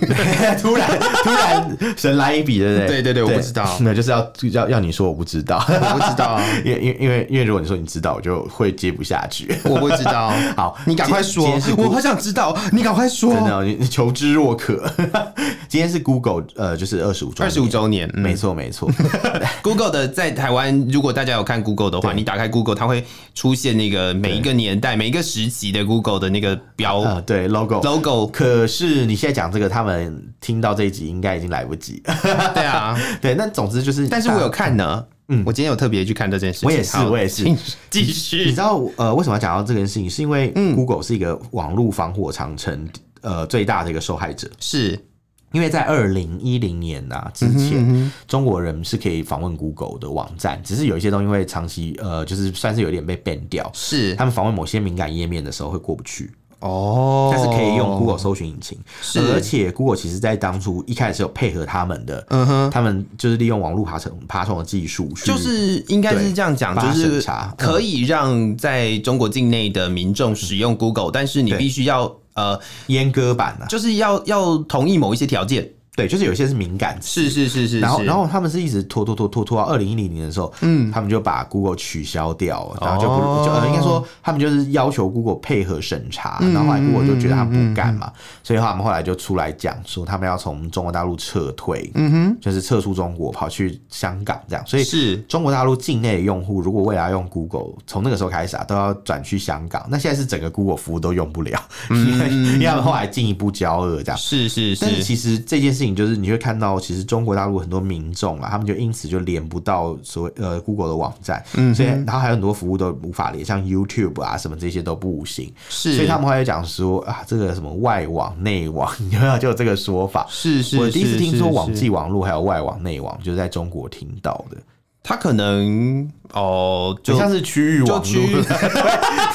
S1: 突然突然神来一笔，对不对？
S2: 对对对我不知道
S1: 那就是要要要你说我不知道，
S2: 我不知道啊，
S1: 因为因为因为因为如果你说你知道，我就会接不下去。
S2: 我不知道。啊
S1: 好
S2: 你赶快说
S1: 今天是，
S2: 我好想知道，你赶快说。
S1: 真的，啊你你求知若渴。 今天是 Google 呃，就是二十五周
S2: 二
S1: 年
S2: 十五周年，嗯
S1: 没错没 错。
S2: Google 的在台湾，如果大家有看 Google 的话，你打开 Google，它会出现那个每一个年代、每一个时期的 Google 的那个标、
S1: 呃，对 logo。
S2: logo。
S1: 可是你现在讲这个，他们听到这一集应该已经来不及 了。
S2: 对啊，
S1: 对，那总之就是，啊
S2: 但是我有看呢。嗯，我今天有特别去看这件事情。
S1: 我也是
S2: 好
S1: 我也是
S2: 请继
S1: 你
S2: 续
S1: 知。道呃为什么要讲到这件事情？是因为
S2: 嗯
S1: Google 是一个网络防火长城呃最大的一个受害者，
S2: 是
S1: 因为在二零一零年呐、之
S2: 嗯
S1: 前，中国人是可以访问 Google 的网站，只是有一些东西会长期呃就是算是有点被 ban 掉。
S2: 是
S1: 他们访问某些敏感页面的时候会过不去，
S2: 哦
S1: 但是可以用 Google 搜寻引擎。
S2: 是
S1: 而且 Google 其实在当初一开始有配合他们的，
S2: 嗯哼
S1: 他们就是利用网络爬虫爬虫的技术去，
S2: 就是应该是这样讲，
S1: 嗯对
S2: 就
S1: 把它审
S2: 是
S1: 查
S2: 可以让在中国境内的民众使用 Google，但是你
S1: 对
S2: 必须要呃，
S1: 阉割版啊，
S2: 就是要要同意某一些条件。
S1: 对，就是有些是敏感词。
S2: 是是是是，
S1: 然后，
S2: 是
S1: 然后他们是一直拖拖拖拖拖到二零一零年的时候，嗯，他们就把 Google 取消掉了，然后就不、
S2: 哦
S1: 就呃，应该说他们就是要求 Google 配合审查，
S2: 嗯
S1: 然后后来 Google 就觉得他们不干嘛，所以他们后来就出来讲说他们要从中国大陆撤退，嗯哼，就是撤出中国跑去香港这样，所以
S2: 是
S1: 中国大陆境内的用户如果未来要用 Google，从那个时候开始啊，都要转去香港，那现在是整个 Google 服务都用不了，因为
S2: 嗯
S1: 因为他们后来进一步交恶这样，
S2: 是是
S1: 嗯但是
S2: 是，
S1: 其实这件事情就是你会看到，其实中国大陆很多民众啊，他们就因此就连不到所谓呃 Google 的网站，
S2: 嗯
S1: 所以然后还有很多服务都无法连，像 YouTube 啊什么这些都不行，
S2: 是
S1: 所以他们后来就讲说啊，这个什么外网内网， 有没有就有这个说法？
S2: 是是，
S1: 我第一次
S2: 是
S1: 听说网，
S2: 是
S1: 际网络还有外网内网，就是在中国听到的，
S2: 他可能哦，
S1: 就
S2: 就
S1: 像是区域
S2: 就
S1: 网
S2: 区
S1: 络，
S2: 域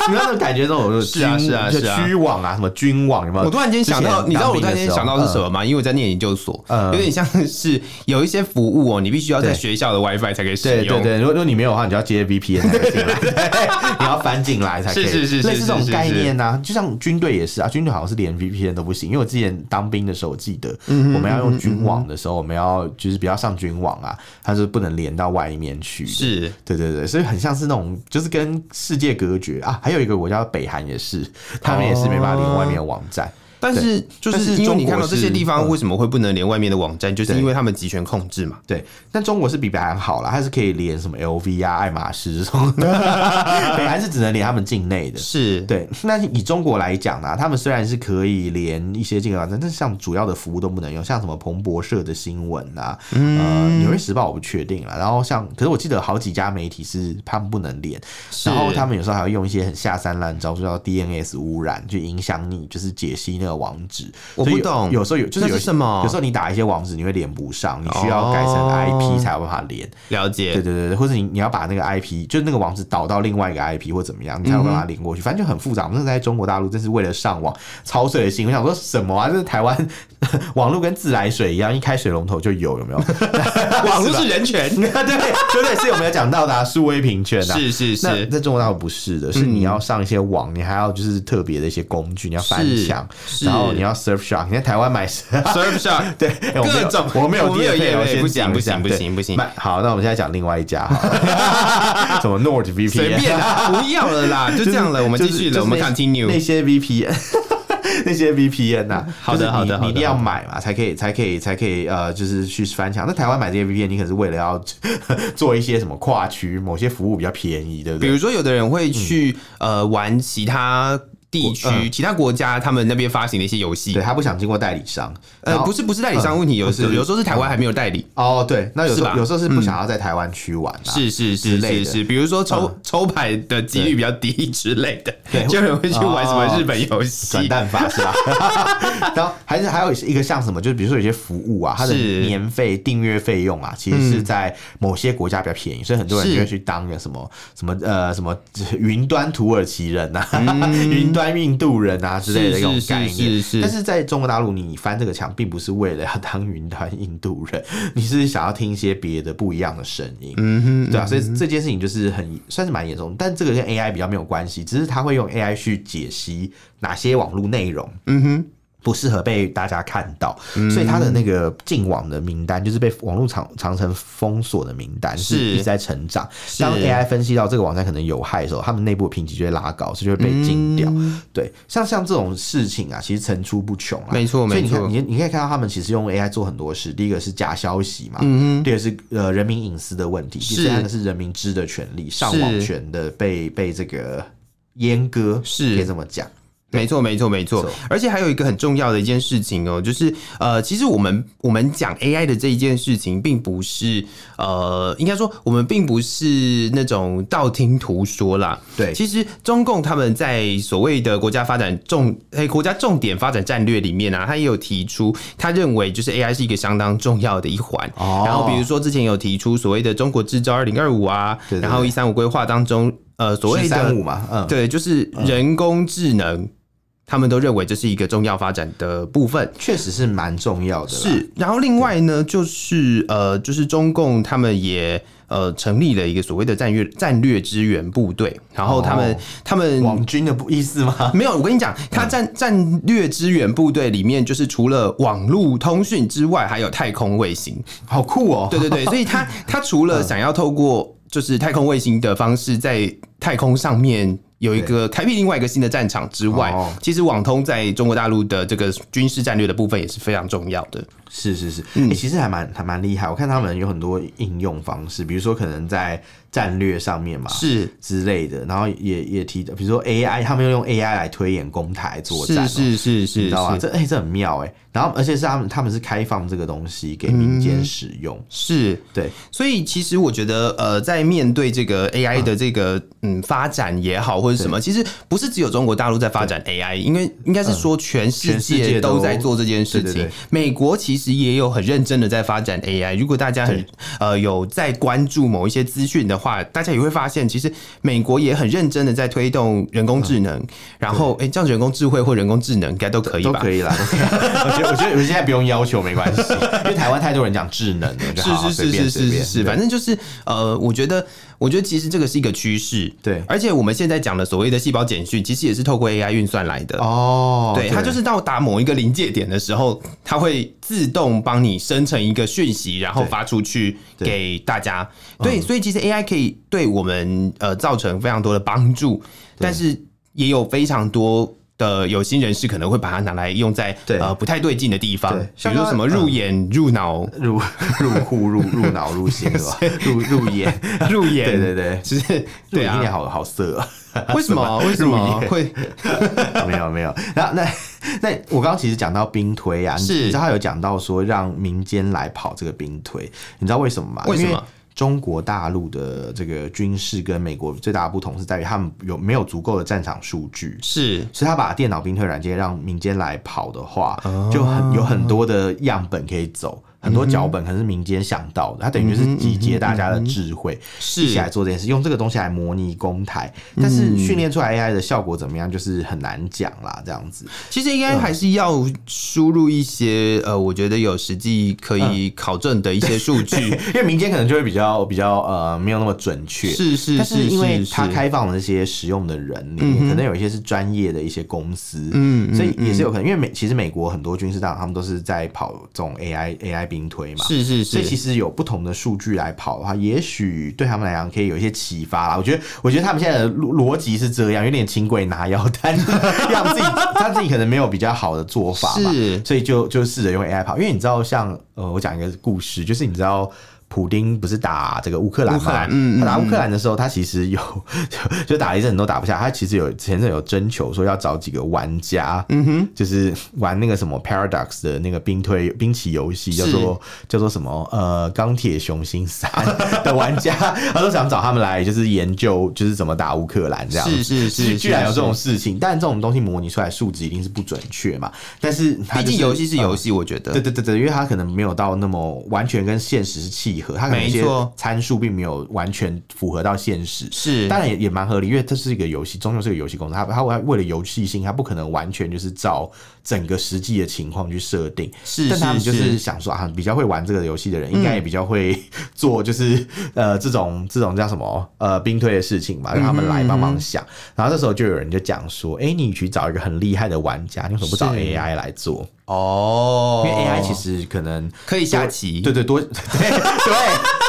S1: 你那种感觉那种
S2: 是啊
S1: 军
S2: 是啊
S1: 就是
S2: 啊
S1: 区网啊什么军网有没有？
S2: 我突然间想到，
S1: 之前
S2: 你知道我突然
S1: 当兵
S2: 间
S1: 的时候
S2: 想到是什
S1: 嗯
S2: 么吗？因为我在念研究所，
S1: 嗯
S2: 有点像是有一些服务哦，你必须要在
S1: 对
S2: 学校的 WiFi 才可以使
S1: 对
S2: 用。
S1: 对对，如果如果你没有的话，你就要接 VPN 才可以进 来，对你要翻进来才可以。
S2: 是是是是
S1: 类似这
S2: 是
S1: 种
S2: 是
S1: 概念啊，就像军队也是啊，军队好像是连 VPN 都不行，因为我之前当兵的时候，我记得
S2: 嗯
S1: 我们要用军网的时候，我们要就是比较上军网啊，它是不能连到外面去的。
S2: 是
S1: 对对对，所以很像是那种，就是跟世界隔绝啊。还有一个国家北韩也是，他们也是没办法连外面的网站。
S2: 但
S1: 对
S2: 是就
S1: 但是
S2: 是因为
S1: 中
S2: 你
S1: 国
S2: 看到这些
S1: 是嗯
S2: 地方为什么会不能连外面的网站，就是
S1: 对
S2: 因为他们集权控制嘛。
S1: 对，但中国是比北韩好啦，它是可以连什么 LV 啊、爱马仕这种， 北韩是只能连他们境内的。
S2: 是，
S1: 对，那以中国来讲啊，他们虽然是可以连一些这个网站，但是像主要的服务都不能用，像什么彭博社的新闻啊，
S2: 嗯
S1: 呃，《纽约时报》我不确定了。然后像，可是我记得好几家媒体是他们不能连，然后他们有时候还会用一些很下三滥招，就叫 DNS 污染，去影响你，就是解析那个网址。
S2: 我
S1: 所以
S2: 不
S1: 有
S2: 懂
S1: 有时候有就是
S2: 那
S1: 有
S2: 是什么哦
S1: 有时候你打一些网址，你会连不上，你需要改成 IP 才有办法连。
S2: 了解。
S1: 对对对，对或者你你要把那个 IP，就是那个网址导到另外一个 IP 或怎么样，你才有办法连过
S2: 嗯
S1: 去。反正就很复杂。我们那时候在中国大陆，真是为了上网操碎了心。我想说什么啊？这是台湾网络跟自来水一样，一开水龙头就有，有没有？
S2: 网络是人权，
S1: 对对对，是有没有讲到的、啊、数位平权啊？
S2: 是是
S1: 那
S2: 是，
S1: 在中国大陆不是的，是你要上一些网，你还要就是特别的一些工具，你要翻
S2: 是
S1: 墙，
S2: 是
S1: 然后你要 Surfshark，你在台湾买
S2: Surfshark
S1: 对，哎 我没有
S2: 各种
S1: 我没有
S2: 我没有
S1: 业配
S2: 业
S1: 哦，
S2: 配
S1: 先
S2: 不行
S1: 讲一
S2: 不
S1: 下
S2: 行不
S1: 对
S2: 行不行
S1: 买好，那我们现在讲另外一家好 了，什么 Nord VPN，
S2: 随便啦，不要了啦，就
S1: 就
S2: 这
S1: 是
S2: 样了，我们
S1: 就
S2: 继
S1: 是
S2: 续
S1: 就
S2: 了，
S1: 是
S2: 我们
S1: 那那
S2: continue。
S1: 些 VPN。那些 VPN 呐、
S2: 好的
S1: 就是你
S2: 好的好的
S1: 你一定要买嘛，才可以，才可以，才可以，呃，就是去翻墙。那台湾买这些 VPN，你可是为了要 做一些什么跨区，某些服务比较便宜，对不
S2: 比
S1: 对？嗯
S2: 如说，有的人会去呃玩其他地区、其他国家他们那边发行的一些游戏
S1: 对。他不想经过代理商，然
S2: 呃，
S1: 后呃
S2: 不是不是代理商问题，有时
S1: 对
S2: 有时候是台湾还没有代理。
S1: 哦，对，那有时
S2: 是吧嗯
S1: 候有时候是不想要在台湾区玩啊，
S2: 是是
S1: 之
S2: 是
S1: 类
S2: 是
S1: 的啊
S2: 是，比如说抽抽牌的几率比较低之类的，
S1: 对哦
S2: 就有人会去玩什么日本游
S1: 转
S2: 戏。
S1: 蛋法是 吧？然后还是还有一个像什么，就是比如说有些服务啊，它的
S2: 是
S1: 年费订阅费用啊，其实是在某些国家比较便宜，所以很多人
S2: 是
S1: 就会去当个什么什么呃什么云端土耳其人啊， 云端印度人啊之类的这
S2: 是
S1: 种
S2: 是
S1: 概念。
S2: 嗯是是
S1: 但是在中国大陆，你翻这个墙，并不是为了要当云端印度人，你是想要听一些别的不一样的声音。
S2: 嗯
S1: 对啊，所以这件事情就是很算是蛮严重，但这个跟 AI 比较没有关系，只是它会用 AI 去解析哪些网络内容，嗯哼，不适合被大家看到，
S2: 嗯
S1: 所以它的那个进网的名单就是被网络长长城封锁的名单是
S2: 是
S1: 一直在成长。当 AI 分析到这个网站可能有害的时候，他们内部的评级就会拉高，所以就会
S2: 嗯
S1: 被禁掉。对，像像这种事情啊，其实层出不穷啊，
S2: 没错
S1: 所以你看
S2: 没错
S1: 你你可以看到他们其实用 AI 做很多事，第一个是假消息
S2: 嗯
S1: 嘛，第二个是呃人民隐私的问题，第
S2: 是
S1: 三个是人民知的权利、上网权的被被这个阉割，
S2: 是
S1: 可以这么讲，
S2: 没错，没错，没错
S1: 没错。
S2: 而且还有一个很重要的一件事情哦，就是呃，其实我们我们讲 AI 的这一件事情，并不是呃，应该说我们并不是那种道听途说啦。
S1: 对
S2: 其实中共他们在所谓的国家发展重诶、国家重点发展战略里面啊，他也有提出，他认为就是 AI 是一个相当重要的一环。
S1: 哦
S2: 然后比如说之前有提出所谓的中国制造二零二五啊，
S1: 对对对
S2: 然后一三五规划当中。呃，所谓
S1: 十
S2: 的
S1: 三五嘛，嗯，
S2: 对，就是人工智能，他们都认为这是一个重要发展的部分。
S1: 确实是蛮重要的啦，
S2: 是，然后另外呢，就是呃，就是中共他们也呃成立了一个所谓的战略战略支援部队，然后他们、
S1: 哦
S2: 他们
S1: 网嗯军的不意思吗？
S2: 没有，我跟你讲，他战战略支援部队里面，就是除了网络通讯之外，还有太空卫星。
S1: 好酷哦，
S2: 对对对，所 以他他除
S1: 嗯
S2: 了想要透过就是太空卫星的方式在太空上面。有一个开辟另外一个新的战场之外
S1: 哦，
S2: 其实网通在中国大陆的这个军事战略的部分也是非常重要的。
S1: 是是是，欸其实还蛮还蛮厉害，我看他们有很多应用方式，比如说可能在战略上面嘛，
S2: 是
S1: 之类的，然后也也提到，比如说 AI，他们又用 AI 来推演攻台作战、
S2: 是
S1: 哦。
S2: 是是
S1: 你
S2: 是
S1: 知道吗？
S2: 是
S1: 这哎、这很妙哎、然后而且是他们他们是开放这个东西给民间使用，
S2: 嗯是，
S1: 对，
S2: 所以其实我觉得，呃，在面对这个 AI 的这个嗯发展也好，或者什
S1: 嗯
S2: 么，其实不是只有中国大陆在发展 AI，因为应该是说全
S1: 嗯
S2: 世
S1: 全世界
S2: 界
S1: 都
S2: 都在做这件事
S1: 对对
S2: 情
S1: 对。
S2: 美国其实也有很认真的在发展 AI。如果大家很
S1: 对
S2: 呃有在关注某一些资讯的话，大家也会发现，其实美国也很认真的在推动人工智能。然后，哎，这样子人工智慧或人工智能应该都可以
S1: 嗯都
S2: 吧？
S1: 可以啦。都可以 我觉得我觉得我现在不用要求没关 系，因为台湾太多人讲智能了，就好好
S2: 是
S1: 随
S2: 是
S1: 便
S2: 是是
S1: 随
S2: 是
S1: 便
S2: 是是，
S1: 对
S2: 反正就是呃，我觉得，我觉得其实这个是一个趋势，
S1: 对
S2: 而且我们现在讲的所谓的细胞简讯，其实也是透过 AI 运算来的。
S1: 哦，
S2: 对，它就是到达某一个临界点的时候，它会自动帮你生成一个讯息，然后
S1: 对
S2: 发出去
S1: 对嗯
S2: 给大家。对，所以其实 AI 可以对我们呃造成非常多的帮助，但是也有非常多。的有心人士可能会把它拿来用在
S1: 对
S2: 呃不太对劲的地方
S1: 对，
S2: 比
S1: 像
S2: 如说
S1: 刚
S2: 什么入眼、入脑、
S1: 入 入户入入脑入心 是吧？入入眼，
S2: 入眼，
S1: 对对对，
S2: 就是
S1: 入
S2: 对
S1: 眼听起来
S2: 啊，
S1: 好好色啊。
S2: 为什么为什么
S1: 入眼
S2: 会
S1: 没有没有，那那那我刚刚其实讲到兵推啊，你
S2: 是
S1: 你知道他有讲到说让民间来跑这个兵推，你知道为什么吗？
S2: 为什么
S1: 因中国大陆的这个军事跟美国最大的不同是在于他们有没有足够的战场数据，
S2: 是
S1: 所以他把电脑兵推软件让民间来跑的话，就很有很多的样本可以走，很
S2: 嗯
S1: 多脚本可能是民间想到的，它等于就是集结大家的智慧，
S2: 嗯
S1: 一起来
S2: 是
S1: 做这件事，用这个东西来模拟公台，但是训练出来 AI 的效果怎么样，就是很难讲啦，这样子。
S2: 其实应该还是要输入一些呃，我觉得有实际可
S1: 嗯
S2: 以考证的一些数据。
S1: 因为民间可能就会比较比较呃没有那么准确，
S2: 是是，
S1: 但是因嗯为它
S2: 是
S1: 开放了这些使用的人里面，可能有一些是专业的一些公司，
S2: 嗯
S1: 所以也是有可能，因为美其实美国很多军事大厂他们都是在跑这种 AI AI 兵推嘛，
S2: 是是
S1: 所以其
S2: 是，
S1: 实有不同的数据来跑的话，也许对他们来讲可以有一些启发啦。我觉得，我觉得他们现在的逻逻辑是这样，有点轻轨拿腰单， 让自己他自己可能没有比较好的做法嘛，
S2: 是
S1: 所以就就试着用 AI 跑。因为你知道像，呃，我讲一个故事，就是你知道。普丁不是打这个乌克兰
S2: 乌克
S1: 嘛
S2: 兰？嗯嗯
S1: 他打乌克兰的时候，他其实有 就打了一阵都打不下，他其实有前阵有征求说要找几个玩家，嗯哼，就是玩那个什么 Paradox 的那个兵推兵棋游戏，叫
S2: 是
S1: 做叫做什么呃钢铁雄心三的玩家， 他都想找他们来就是研究就是怎么打乌克兰这样子
S2: 是是是，
S1: 居然有
S2: 是
S1: 这种事情，但这种东西模拟出来数值一定是不准确嘛。但是它
S2: 毕
S1: 就是
S2: 竟游戏是游
S1: 嗯
S2: 戏，我觉
S1: 对
S2: 得。
S1: 对对对，因为它可能没有到那么完全跟现实是契合，它可能有
S2: 没
S1: 些
S2: 错
S1: 参数并没有完全符合到现实。
S2: 是，
S1: 当然也也蛮合理，因为这是一个游戏，终究是个游戏公司，它它为为了游戏性，它不可能完全就是照整个实际的情况去设定。
S2: 是
S1: 但他们就是嗯是想说啊，比较会玩这个游戏的人，应该也比较会 做，就是呃这种这种叫什么呃兵推的事情嘛，让他们来帮忙想。然后这时候就有人就讲说，哎、你去找一个很厉害的玩家，你为什么不找
S2: 是
S1: AI 来做？哦
S2: 哦
S1: 因，为 AI 其实可能
S2: 可以下棋，
S1: 对对多 对对。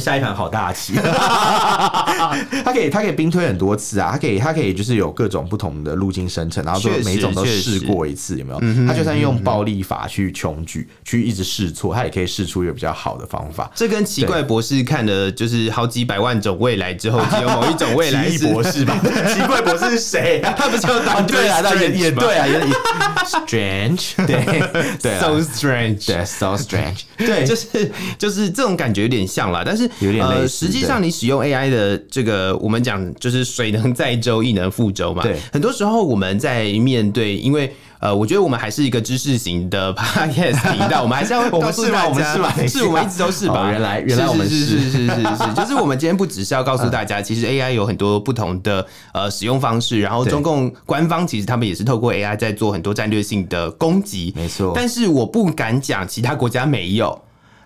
S1: 下一盘好大 棋，它可以它可以兵推很多次啊，它可以它可以就是有各种不同的路径生成，然后就
S2: 确实
S1: 每一种都
S2: 确
S1: 试
S2: 实
S1: 过一次，有没有？它就算用暴力法去穷举，去一直试错，它也可以试出一个比较好的方法。
S2: 这跟奇怪博士看了就是好几百万种未来之 后，只有某一种未来
S1: 奇
S2: 是
S1: 异博士 吧？奇怪博士是谁啊？
S2: 他不是要当
S1: 对啊，那也也对啊，也也 strange，对对啊
S2: So strange，
S1: 对 so strange，对，
S2: 就是就是这种感觉有点像啦，但是
S1: 有点类似
S2: 呃，实际上你使用 AI 的这个，我们讲就是水能载舟，亦能覆舟嘛。
S1: 对
S2: 很多时候我们在面对，因为呃，我觉得我们还是一个知识型的 podcast 频道，我们还是要
S1: 我们
S2: 告诉
S1: 是吗
S2: 大
S1: 我们
S2: 家
S1: 是吗
S2: 是我们一直都是 吧？
S1: 哦原来原来我们是
S2: 是
S1: 嗯
S2: 是是是 是，就是我们今天不只是要告诉大家，其实 AI 有很多不同的呃使用方式，然后
S1: 对
S2: 中共官方其实他们也是透过 AI 在做很多战略性的攻击，
S1: 没错
S2: 但是我不敢讲其他国家没有，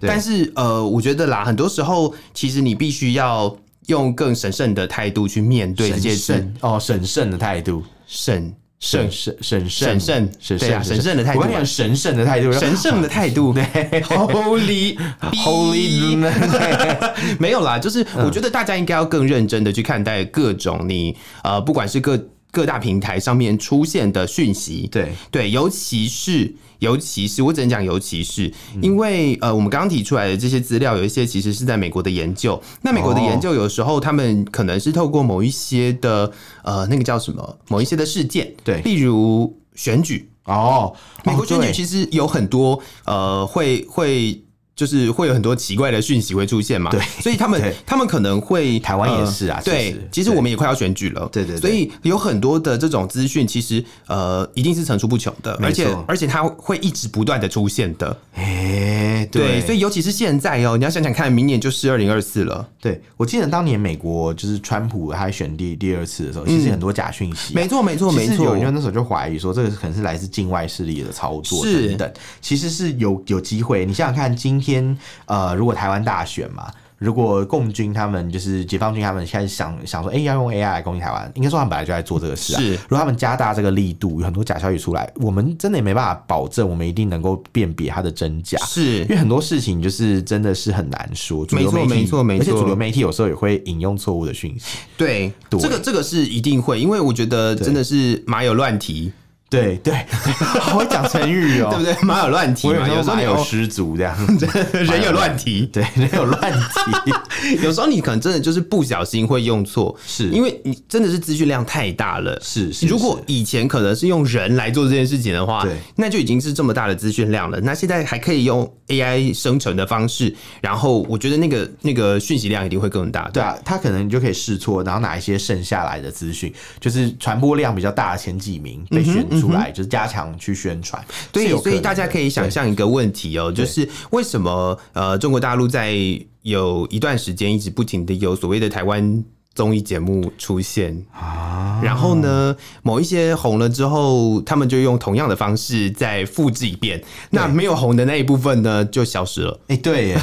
S1: 对
S2: 但是呃，我觉得啦，很多时候其实你必须要用更审慎的态度去面对这
S1: 审
S2: 件事，
S1: 慎哦，审慎的态度。
S2: 审慎
S1: 审慎审
S2: 慎
S1: 慎
S2: 审慎对啊神圣的态度
S1: 我跟你讲，神圣的态度，
S2: 神圣 的态度，对，Holy 嗯
S1: holy，对
S2: 没有啦，就是我觉得大家应该要更认真的去看待各种你呃，不管是各各大平台上面出现的讯息，
S1: 对
S2: 对，尤其是尤其是我只能讲尤其是，
S1: 嗯
S2: 因为呃，我们刚刚提出来的这些资料有一些其实是在美国的研究，那美国的
S1: 哦
S2: 研究有时候他们可能是透过某一些的呃，那个叫什么，某一些的事件，
S1: 对
S2: 例如选举，
S1: 哦，
S2: 美国选举
S1: 实
S2: 其实有很多呃，会会就是会有很多奇怪的讯息会出现嘛，
S1: 对
S2: 所以他们
S1: 对
S2: 他们可能会
S1: 台湾也是啊
S2: 呃
S1: 其实
S2: 对
S1: 对，
S2: 其实我们也快要选举了，
S1: 对对对
S2: 所以有很多的这种资讯，其实呃，一定是层出不穷的，
S1: 没
S2: 而且
S1: 错
S2: 而且它会一直不断的出现的，
S1: 哎，对，
S2: 对，所以尤其是现在哦，你要想想看，明年就是二零二四了，
S1: 对我记得当年美国就是川普他选第第二次的时候，其实很多假讯息啊，
S2: 嗯没错没错
S1: 其
S2: 没
S1: 实有人就
S2: 错，
S1: 那时候就怀疑说，这个可能是来自境外势力的操作
S2: 是
S1: 等等，其实是有有机会。你想想看，今天呃，如果台湾大选嘛。如果共军他们就是解放军，他们现在想想说，哎、要用 AI 来攻击台湾，应该说他们本来就在做这个事啊。
S2: 是
S1: 如果他们加大这个力度，有很多假消息出来，我们真的也没办法保证我们一定能够辨别它的真假。
S2: 是
S1: 因为很多事情就是真的是很难说，主
S2: 没
S1: 流
S2: 错
S1: 媒体，
S2: 没错没
S1: 而且
S2: 错
S1: 主流媒体有时候也会引用错误的讯息。
S2: 对，
S1: 对
S2: 这个这个是一定会，因为我觉得真的是马有乱蹄，
S1: 对对， 好会讲成语 哦、
S2: 对不对？马有乱蹄
S1: 我
S2: 嘛，有时候
S1: 马
S2: 你
S1: 有
S2: 哦
S1: 失足这样，
S2: 人有乱蹄，
S1: 对，人有乱提，
S2: 有时候你可能真的就是不小心会用错，
S1: 是
S2: 因为你真的是资讯量太大了。
S1: 是是
S2: 如果
S1: 是
S2: 以前可能是用人来做这件事情的话
S1: 对，
S2: 那就已经是这么大的资讯量了。那现在还可以用 AI 生成的方式，然后我觉得那个那个讯息量一定会更大。
S1: 对啊，他可能你就可以试错，然后拿一些剩下来的资讯，就是传播量比较大的前几名
S2: 嗯
S1: 被选出来，就是加强去宣传。
S2: 对，所以大家可
S1: 以
S2: 以想象一个问题哦、就是为什么呃中国大陆在有一段时间一直不停的有所谓的台湾综艺节目出现
S1: 啊，
S2: 然后呢，某一些红了之后，他们就用同样的方式再复制一遍。那没有红的那一部分呢，就消失了。
S1: 哎、对耶，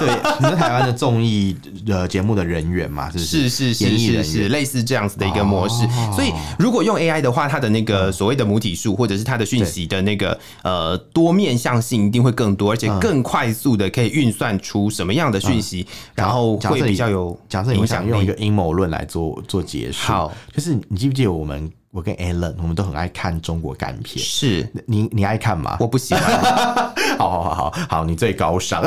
S1: 对，你是台湾的综艺呃节目的人员嘛？是不
S2: 是是
S1: 演
S2: 是
S1: 艺
S2: 是
S1: 人
S2: 是，
S1: 员
S2: 类似这样子的一个模式。
S1: 哦
S2: 所以如果用 AI 的话，它的那个所谓的母体数，或者是它的讯息的那个呃多面向性，一定会更多，而
S1: 嗯
S2: 且更快速的可以运算出什么样的讯息，然后
S1: 假设
S2: 会
S1: 你
S2: 比较有
S1: 假设你
S2: 影
S1: 想
S2: 响
S1: 用一
S2: 力
S1: 个。阴谋论来做做结束，
S2: 好，
S1: 就是你记不记得我们 我跟 Alan 我们都很爱看中国干片，
S2: 是
S1: 你你爱看吗？
S2: 啊我不喜欢，
S1: 好好好好好，你最高 尚。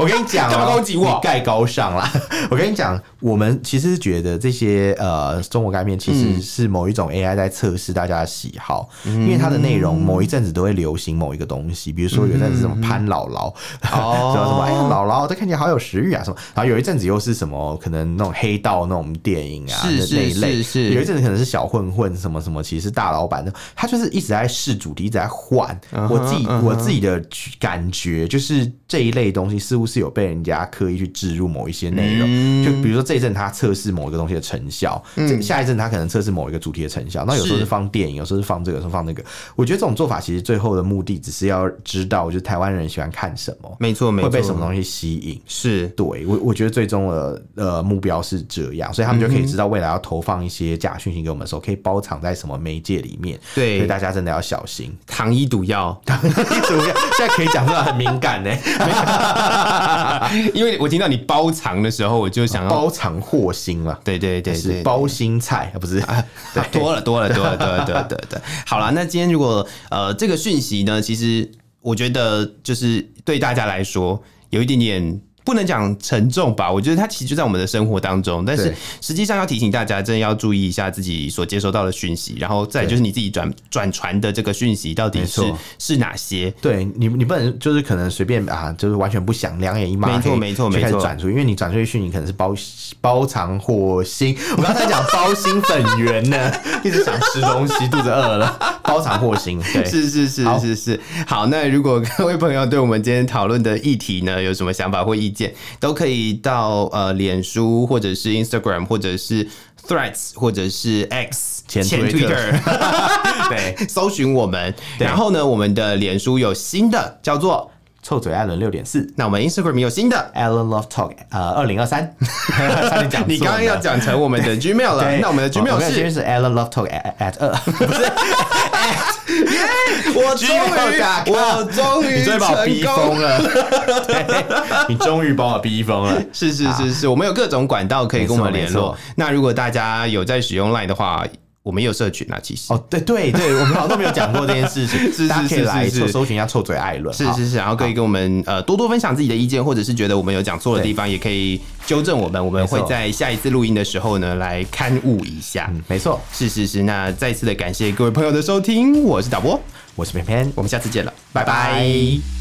S1: 我跟你讲、哦，
S2: 干嘛攻击我
S1: 你盖高尚啦！ 我跟你讲，我们其实觉得这些呃中国干面其
S2: 嗯
S1: 实是某一种 AI 在测试大家的喜好，因为它的内容某一阵子都会流行某一个东西，比如说有阵子什么潘姥姥，
S2: 哦
S1: 什么什么哎呀姥姥，这看起来好有食欲啊什么，然后有一阵子又是什么可能那种黑道那种电影啊
S2: 是
S1: 那那一
S2: 是
S1: 类
S2: 是是
S1: 有一阵子可能是小混混什么什么，其实是大老板的，他就是一直在试主题，一直在换。
S2: 嗯
S1: 我自己我自己的感觉就是这一类东西似乎是有被人家刻意去植入某一些内容，
S2: 嗯
S1: 就比如说这一阵他测试某一个东西的成效，这下一阵他可能测试某一个主题的成效，那有时候
S2: 是
S1: 是放电影，有时候是放这个，有时候放那个。我觉得这种做法其实最后的目的只是要知道，就是台湾人喜欢看什么，
S2: 没错没错，
S1: 会被什么东西吸引。
S2: 是
S1: 对我，我觉得最终的呃目标是这样，所以他们就可
S2: 嗯
S1: 以知道未来要投放一些假讯息给我们的时候，可以包藏在什么媒介里面。所以
S2: 对
S1: 大家真的要小心。
S2: 糖衣毒药，
S1: 怎么样？现在可以讲出来很敏感呢、
S2: 嗯 因为我听到你包藏的时候，我就想要，
S1: 哦包藏祸心了，
S2: 对对对
S1: 是
S2: 对，
S1: 包心菜，啊不是？ 对
S2: 啊多了多了多了多了多了多了多了。好了，那今天如果呃这个讯息呢，其实我觉得就是对大家来说有一点点。不能讲沉重吧，我觉得它其实就在我们的生活当中，但是
S1: 对
S2: 实际上要提醒大家，真的要注意一下自己所接收到的讯息，然后再就是你自己转转传的这个讯息到底
S1: 没
S2: 是
S1: 错
S2: 是哪些，
S1: 对你，你不能就是可能随便啊，就是完全不想，两眼一抹黑，
S2: 没错没错
S1: 就开
S2: 没
S1: 始
S2: 错
S1: 转出，因为你转出去讯息可能是包包藏祸心。 我刚才讲包心粉圆呢， 一直想吃东西，肚子饿了，包藏祸心。对，
S2: 是是是
S1: 好
S2: 是是，好。那如果各位朋友对我们今天讨论的议题呢，有什么想法或意见，都可以到呃脸书或者是 Instagram 或者是 Threads 或者是 X
S1: 前 Twitter
S2: Twitter
S1: 对，
S2: 搜寻我们。
S1: 对
S2: 然后呢，我们的脸书有新的叫做，
S1: 臭嘴艾伦六点四
S2: 那我们 Instagram 有新的。
S1: ，Alan Love Talk，呃，二零二 三，差点讲错
S2: 你刚刚要
S1: 呢。
S2: 讲成我们的 Gmail 了，
S1: 对，哦
S2: 那我们的
S1: 我
S2: Gmail
S1: 跟你
S2: 是
S1: 是 Alan Love Talk at at 二， 不是
S2: 我终
S1: gmail.com
S2: 于，我终于
S1: 你终于把我逼
S2: 成功
S1: 疯了，对你终于把我逼疯了。
S2: 是是是是，我们有各种管道可以跟我们联
S1: 没错
S2: 络
S1: 没。
S2: 那如果大家有在使用 LINE 的话，我们也有社群啊，其实。
S1: 哦，对对对，我们好像都没有讲过这件事情，
S2: 是
S1: 哦大家可以
S2: 是
S1: 来
S2: 是
S1: 搜
S2: 是
S1: 搜寻一下臭嘴艾伦，
S2: 是
S1: 好
S2: 是是，然后可以跟我们呃多多分享自己的意见，或者是觉得我们有讲错的地方，也可以纠正我们。我们
S1: 没错
S2: 会在下一次录音的时候呢来刊物一下。
S1: 嗯没错，
S2: 是是是，那再次的感谢各位朋友的收听，我是导播，
S1: 我是偏偏，
S2: 我们下次见了，
S1: 拜拜
S2: 拜